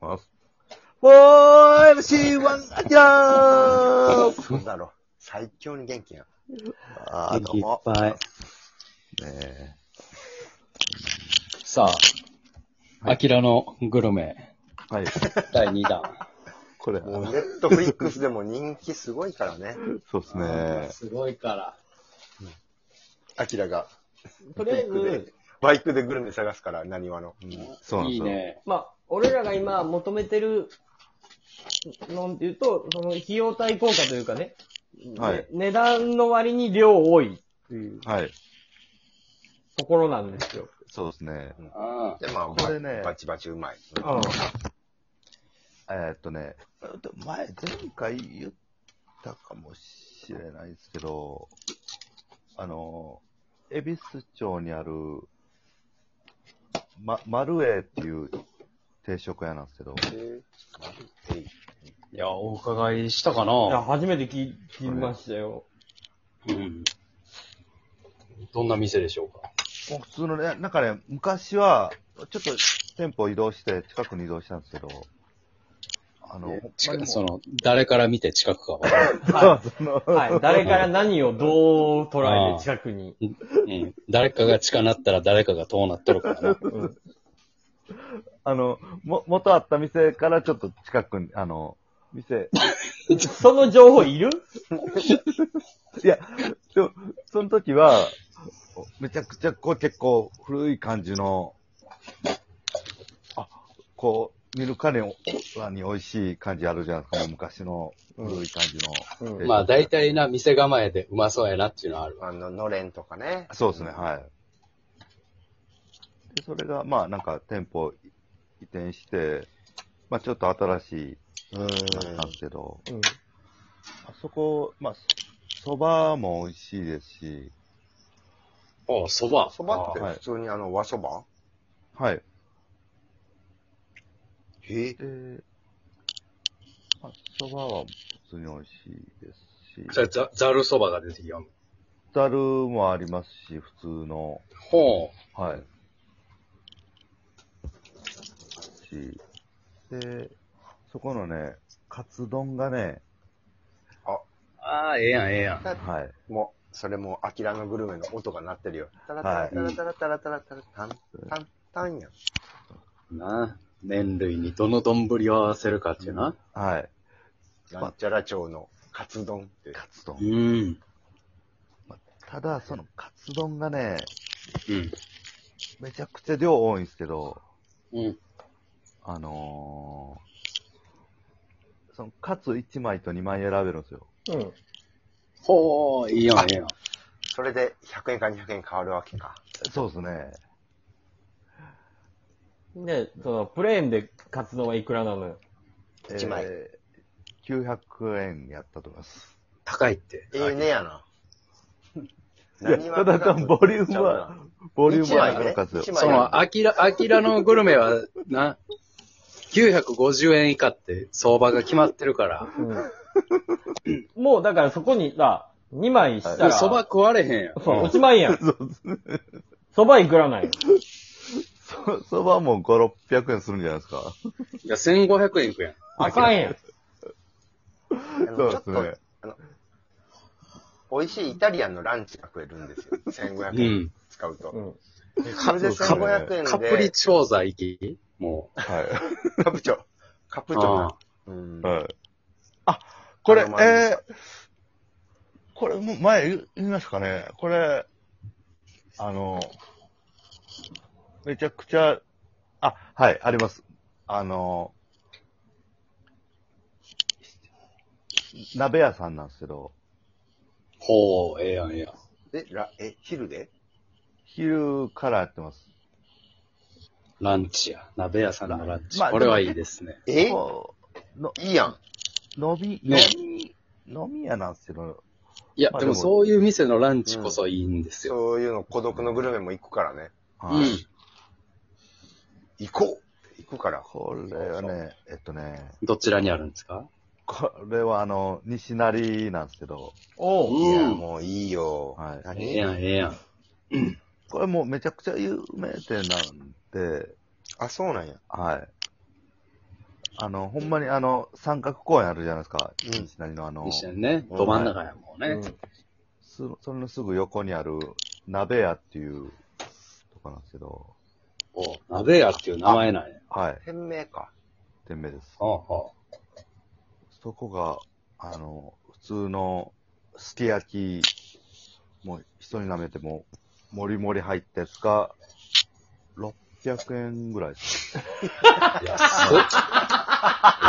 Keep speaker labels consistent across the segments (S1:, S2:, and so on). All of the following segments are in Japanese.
S1: あ、
S2: 4MC1 アキ
S3: そうだろ。最強に元気な。ああ、
S2: 元
S3: ど
S2: 気
S3: う
S2: いっ
S3: も。
S2: ぱい。
S1: ね
S4: さあ、アキラのグルメ、
S1: え。はい。
S4: 第2弾。
S1: これ、
S3: もうネットフリックスでも人気すごいからね。
S1: そうですね。
S4: すごいから。
S3: アキラが
S5: とりあえず、
S3: バイクでグルメ探すから、何話の。
S1: そうなんです
S4: いい
S1: よ。
S4: ね。
S5: まあ、俺らが今求めてるのんていうと、その費用対効果というかね、
S1: はい。
S5: 値段の割に量多いっていう
S1: はい。
S5: ところなんですよ。
S1: そうですね。
S4: うん。
S3: で、まあ、
S1: これね
S3: バチバチうまい。
S1: えーっとね、前、前回言ったかもしれないですけど、あの、恵比寿町にある、ま、マルエっていう定食屋なんですけど、
S3: えー
S4: いや、お伺いしたか
S5: いや、
S4: な。
S5: 初めて聞い聞きましたよ。
S4: うん。どんな店でしょうか。
S1: もう普通のね、なんかね、昔は、ちょっと店舗移動して近くに移動したんですけど、あの、ほんま に
S4: 近
S1: もう
S4: その、誰から見て近くか分からん。
S5: はいはい。誰から何をどう捉えて近くに。
S4: うん。誰かが近なったら誰かが遠なっとるから な。
S1: あの、も、元あった店からちょっと近くに、あの、店、
S5: その情報いる
S1: いや、でも、その時は、めちゃくちゃこう結構古い感じの、あ、こう、見るからに美味しい感じあるじゃないですか、昔の古い感じの。
S5: うん
S1: 定食
S4: まあ、大体な、店構えでうまそうやなっていうのはある。
S3: あの、のれんとかね。
S1: そうですね、はい。で、それが、まあ、なんか店舗移転して、まあ、ちょっと新しい、
S3: うん。
S1: なんですけど、
S5: うん
S1: あそこ、まあ、そばも美味しいですし、
S4: おそば
S3: そばって
S1: あはい
S3: 普通にあの、和そば
S1: はい。
S3: え
S1: で、まあ、そばは普通に美味しいです
S4: じゃ
S1: し
S4: あ、、ざざるそばが出てきよん。
S1: ざるもありますし、普通の、
S4: ほ
S1: はい。し、で、そこのね、カツ丼がね、
S4: う。ああ、ええやん、ええやん。
S1: はい。
S3: もう、それも、アキラのグルメの音が鳴ってるよ。タラタラタラタラタラタラタラタン、タン、タンやん。
S4: なあ、麺類にどの丼を合わせるかっていうな。
S1: はい。
S3: なんちゃら町のカツ丼って。
S1: カツ丼
S4: う。ん。
S1: ただ、そのカツ丼がね、
S4: うん。
S1: めちゃくちゃ量多いんですけど、
S4: うん。
S1: あのー、そのカツ1枚と2枚選べるんですよ。
S5: うん。
S4: ほう、いいやん、ええやん。
S3: それで100円か200円変わるわけか。
S1: そうですね。
S5: で、その、プレーンでカツ丼はいくらなのよ。
S3: 一枚
S1: えー900円やったと思います。
S4: 高いって。
S3: ええねやな。
S1: いや、ただ多分ボリュームは、ボリュームはなかなかです
S3: 一
S1: よ。
S3: 枚
S4: その、アキラ、アキラのグルメは、な、950円以下って相場が決まってるから、
S5: うん。もう、だからそこにさ、2枚したら、
S4: そば食われへんやん。
S5: そう、落ちまんやん。そばいくらない
S1: そ、そばも5、600円するんじゃないですか。
S4: いや、1500円いくやん。
S5: あかんやん。
S3: あ
S1: そう
S3: のち
S1: で
S3: ょっ
S1: すね
S3: と、あの、美味しいイタリアンのランチが食える んですよ。1500円使う
S5: う
S3: と。
S5: ん。
S3: それで1500円
S4: カプリ
S3: で、
S4: 調査行きも
S1: は
S3: カプチョ。カプ
S4: う。
S3: チョ
S4: あ
S3: な
S4: あ。
S3: うん
S1: い。。はい。あ、これ、
S3: あの前に
S1: えー、これ、もう前言いましたかね。これ、あの、めちゃくちゃ、あ、はい、あります。あの、鍋屋さんなんですけど、
S4: ほう、ええやん、ええやん。
S3: え、ら、え、昼で
S1: 昼からやってます。
S4: ランチや。鍋屋さんのランチ。
S1: まあ
S4: これはいいですね。
S3: え
S1: こうの
S3: いいやん。
S1: 飲み、
S4: ね
S1: 飲み、飲み屋なんですけど、
S4: いや、
S1: まあ
S4: でも
S1: でも
S4: そういう店のランチこそいいんですよ。
S3: そういうの孤独のグルメも行くからね。
S4: う
S1: はい。
S4: ん。
S3: 行こう行くから。
S1: これはね、えっとね、
S4: どちらにあるんですか
S1: これはあの、西成なんですけど、
S5: おう。
S3: いや、
S4: うん。
S3: もういいよ。
S1: はい
S4: ええやん、ええやん。
S1: これもうめちゃくちゃ有名店なんで、
S3: あ、そうなんや。
S1: はい。あの、ほんまにあの、三角公園あるじゃないですか。西成のあの、
S4: 西成ね、ど真ん中やもんね。
S1: そそれのすぐ横にある、鍋屋っていうとこなんですけど、
S4: お鍋屋っていう名前なんや。
S1: はい、
S3: 店名か。
S1: 店名です。
S4: はあは
S1: そこが、あの、普通のすき焼き、もう一人舐めても、もりもり入ったやつが、600円ぐらいです。
S4: あ。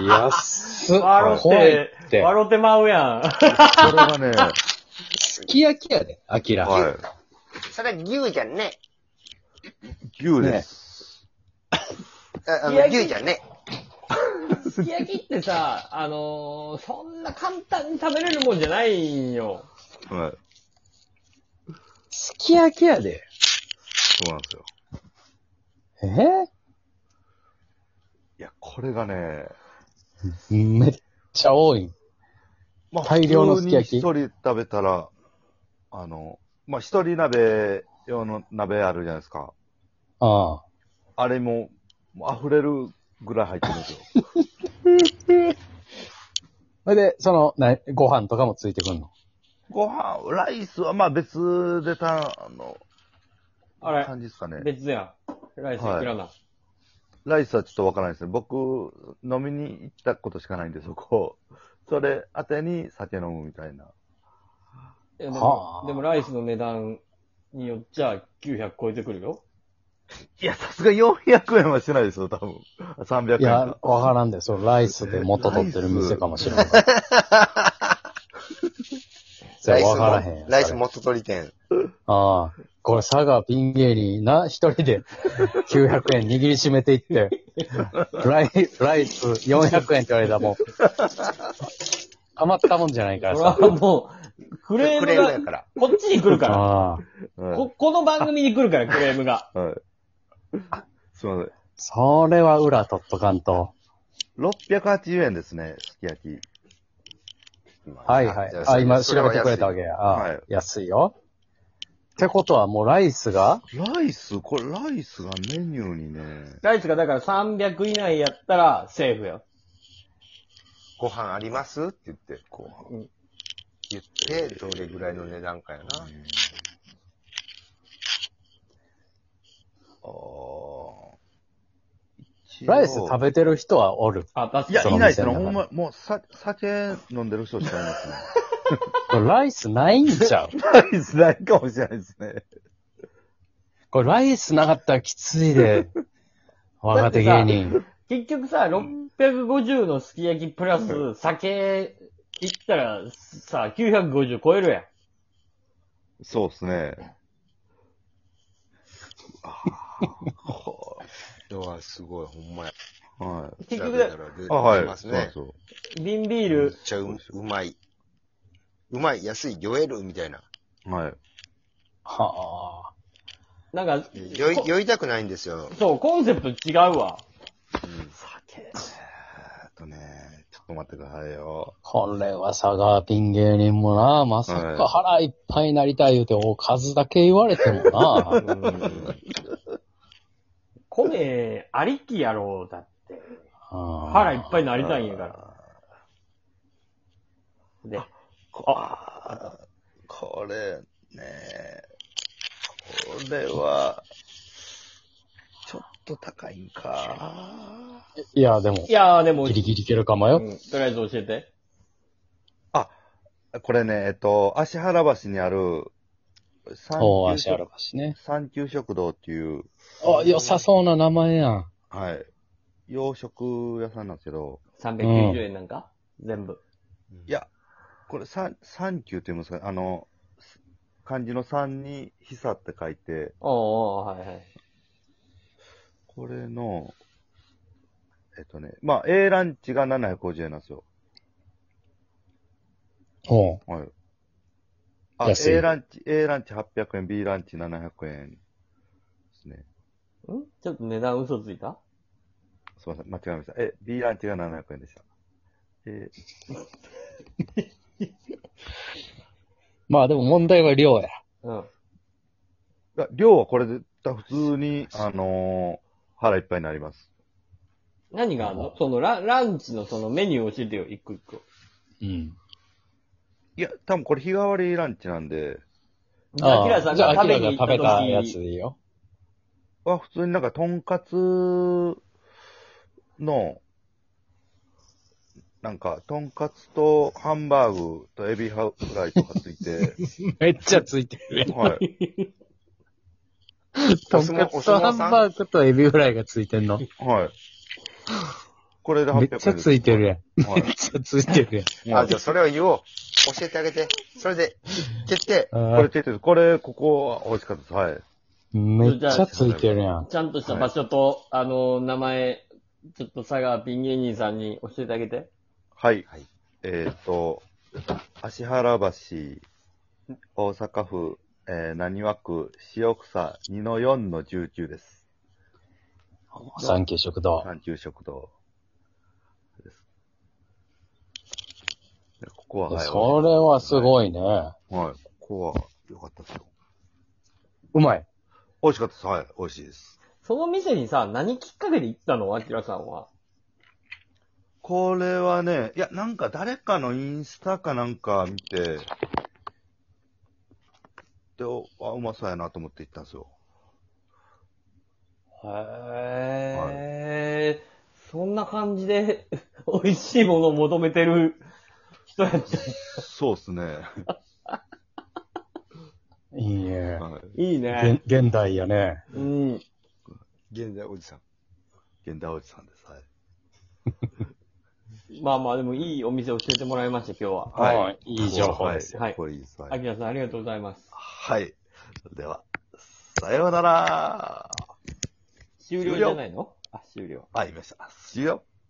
S4: 安っ。安っ。
S5: 笑っ
S4: 怖い
S5: て、
S4: って。
S5: 笑ってまうや
S1: それがね、
S4: すき焼きやで、アキラ。
S1: は
S3: それ牛じゃんね。
S1: い、牛です。
S3: ああ
S5: いや
S3: の、牛じゃんね。
S5: ん。すき焼きってさ、あのー、そんな簡単に食べれるもんじゃないんよ。
S1: はい、
S4: すき焼きやで。
S1: そうなんですよ。
S4: え
S1: いや、これがね、
S4: めっちゃ多い。
S1: まあ、
S4: 大量のすき焼き
S1: 普通に一人食べたら、あの、まあ、一人鍋用の鍋あるじゃないですか。
S4: あ
S1: あれも、もう溢れるぐらい入ってるんですよ。
S4: あ。で、その、な、ご飯とかもついてくんの。
S1: ご飯、ライスはまあ別でた、あの、
S5: あれ、
S1: 感じですかね。
S5: 別やん。ライスいくらな。
S1: ライスはちょっとわからないですね。僕、飲みに行ったことしかないんで、そこ。それ当てに酒飲むみたいな。
S5: いやで
S4: は
S5: も
S4: あ、
S5: でもライスの値段によっちゃ900超えてくるよ。
S1: いや、さすが400円はしないですよ、多分。300円
S2: いや、わからんで、そう、ライスで元取ってる店かもしれ ない。それわからへんやん。
S3: ライス
S2: それ
S3: 元取り店。
S2: ああ。これ、佐賀ピン芸人な、一人で900円握りしめていって、ライライス400円って言われたらもう、余ったもんじゃないか
S5: そ
S2: ら
S5: れ
S2: さ
S5: は。もう、ク
S3: クレ
S5: レ
S3: ーム
S5: ーム
S3: や
S5: が、
S3: から。
S5: こっちに来るから。
S2: ああ。
S1: はい
S5: こ、この番組に来るから、クレームが。
S1: はい。すみません。
S2: それは裏取っとかんと。
S1: 680円ですね、すき焼き。
S2: はいはい
S3: じゃ。
S2: あ、今
S3: それ
S2: 調べ
S3: は
S2: てくれたわけ
S3: 安い
S2: や。あ
S1: はい
S2: 安いよ。ってことはもうライスが
S1: ライス、これライスがメニューにね、
S5: ライスがだから300以内やったら、セーフよ。
S3: ご飯ありますって言って、こう
S5: うん。
S3: 言って、どれぐらいの値段かやな。
S1: あー
S2: ライス食べてる人はおる。
S5: あ、確か
S1: いや、
S5: に
S2: その
S1: いないですね。
S2: 店の中で
S1: ほんま、もう、さ、酒飲んでる人しかいないですね。
S2: これライスないんちゃう
S1: ライスないかもしれないですね。
S2: これライスなかったらきついで。若手芸人。
S5: 結局さ、650のすき焼きプラス、酒、いったら、さ、950超えるやん。
S1: そうですね。あーこ
S3: うわ、すごい、ほんまや。
S1: うはい。
S5: 結
S3: 調
S5: 局
S3: べた
S5: だ、
S3: ら出てき
S1: あ、はい。
S3: ます
S1: そうなんで
S3: ね
S1: す。よ
S5: 瓶ビー
S3: めっ
S5: ル、
S3: ちゃううまい。うまい、安い、酔える、みたいな。
S1: はい。
S2: はあ。
S5: なんか、
S3: 酔い
S5: こ
S3: 酔いたくないんですよ。
S5: そう、コンセプト違うわ。
S1: えっとね、ちょっと待ってくださいよ。
S2: これは佐賀ピン芸人もな、まさか腹いっぱいになりたい言うて、おかずだけ言われてもな。
S5: 米ありきやろう、だって。 腹
S2: 腹
S5: いっぱいになりたいんやから。で、
S1: あこれね、これは、ちょっと高いんか。
S2: いや、でも
S5: い、やーでも、
S2: ギリギリいけるかもよ。
S5: うんとりあえず教えて。
S1: これね、えっと、芦原橋にある、三
S2: そう、
S1: 級
S2: 足あら
S1: 食
S2: ばしね。
S1: 三級食堂っていう、
S2: あ、良さそうな名前やん。
S1: はい、洋食屋さんなんですけど、
S5: 390円なんか、全部。
S1: いや、これ三、三級って言うんですかあの、漢字の三に久って書いて、
S5: おーおーはいはい。
S1: これの、えっとね、まあ、A ランチが750円なんですよ。
S2: ほう。
S1: はい。あ、
S2: 安い
S1: A ランチ、A ランチ800円、B ランチ700円ですね。
S5: んちょっと値段嘘ついた
S1: すみません、間違えました。え、B ランチが700円でした。え
S2: まあでも問題は量や。
S5: うん。
S1: ー、あ量はこれで、だ普通に、あのー腹いっぱいになります。
S5: 何があんのそのラ、ランチのそのメニュー教えてよ、一個一個。
S4: うん。
S1: いや、多分これ日替わりランチなんで、
S5: あきらさん
S4: じゃ
S5: が
S4: あ、ア
S5: 食
S4: キ
S5: べ
S4: ラが
S5: に行
S4: 食
S5: った
S4: べた
S5: 時
S4: やつでいいよ。
S1: あ、普通になんか、とんかつの、なんか、とんかつとハンバーグとエビフライとかつ いて、
S4: めっちゃついてるやん。
S1: はい。
S4: とんかつとハンバーグとエビフライがついてんの。
S1: はい。これで800円
S4: めっ
S1: です。
S4: ちゃついてるやん。
S1: はい。
S4: めっちゃついてるやん。
S1: は
S3: あ、
S1: い
S3: じゃあそれを言おう。教えてあげて。それで、決定。
S1: こ
S4: あ
S1: れついてる。これ、ここは美味しかったです。はい。
S4: ーめっちゃついてるやん。
S5: ちゃんとした場所と、あの、名前、ちょっと佐川ピン芸人さんに教えてあげて。
S1: はい。
S3: はい
S1: えっ、と、芦原橋、大阪府、えー、何和区、塩草、2の4の19です。
S4: 三級食堂。
S1: 三中食堂です。でここは、はい。
S4: それはす
S1: い。
S4: ごいね。
S1: はい。ここは、良かったですよ。
S4: うまい。
S1: 美味しかったです。はい。美味しいです。
S5: その店にさ、何きっかけで行ったのあきらさんは。
S1: これはね、いや、なんか誰かのインスタかなんか見て、で、おあ、うまそうやなと思って行ったんです よ。
S5: へえ、そんな感じで、 美味しいものを求めてる人やった。
S1: そうですね。
S4: いいね。
S1: はい
S5: いいね
S4: 現。現代やね。。
S5: うん。
S3: 現在おじさん。
S1: 現代おじさんです。はい。
S5: まあまあ、でもいいお店教えてもらいました、今日は。
S1: はい
S4: いい情報ですよ。
S5: はい
S1: これいいです。は
S5: あ
S1: い。
S5: きらさん、ありがとうございます。
S1: はい。では、さようなら。
S5: 終了じゃないのあ、終了。
S1: あ、言いました。See you.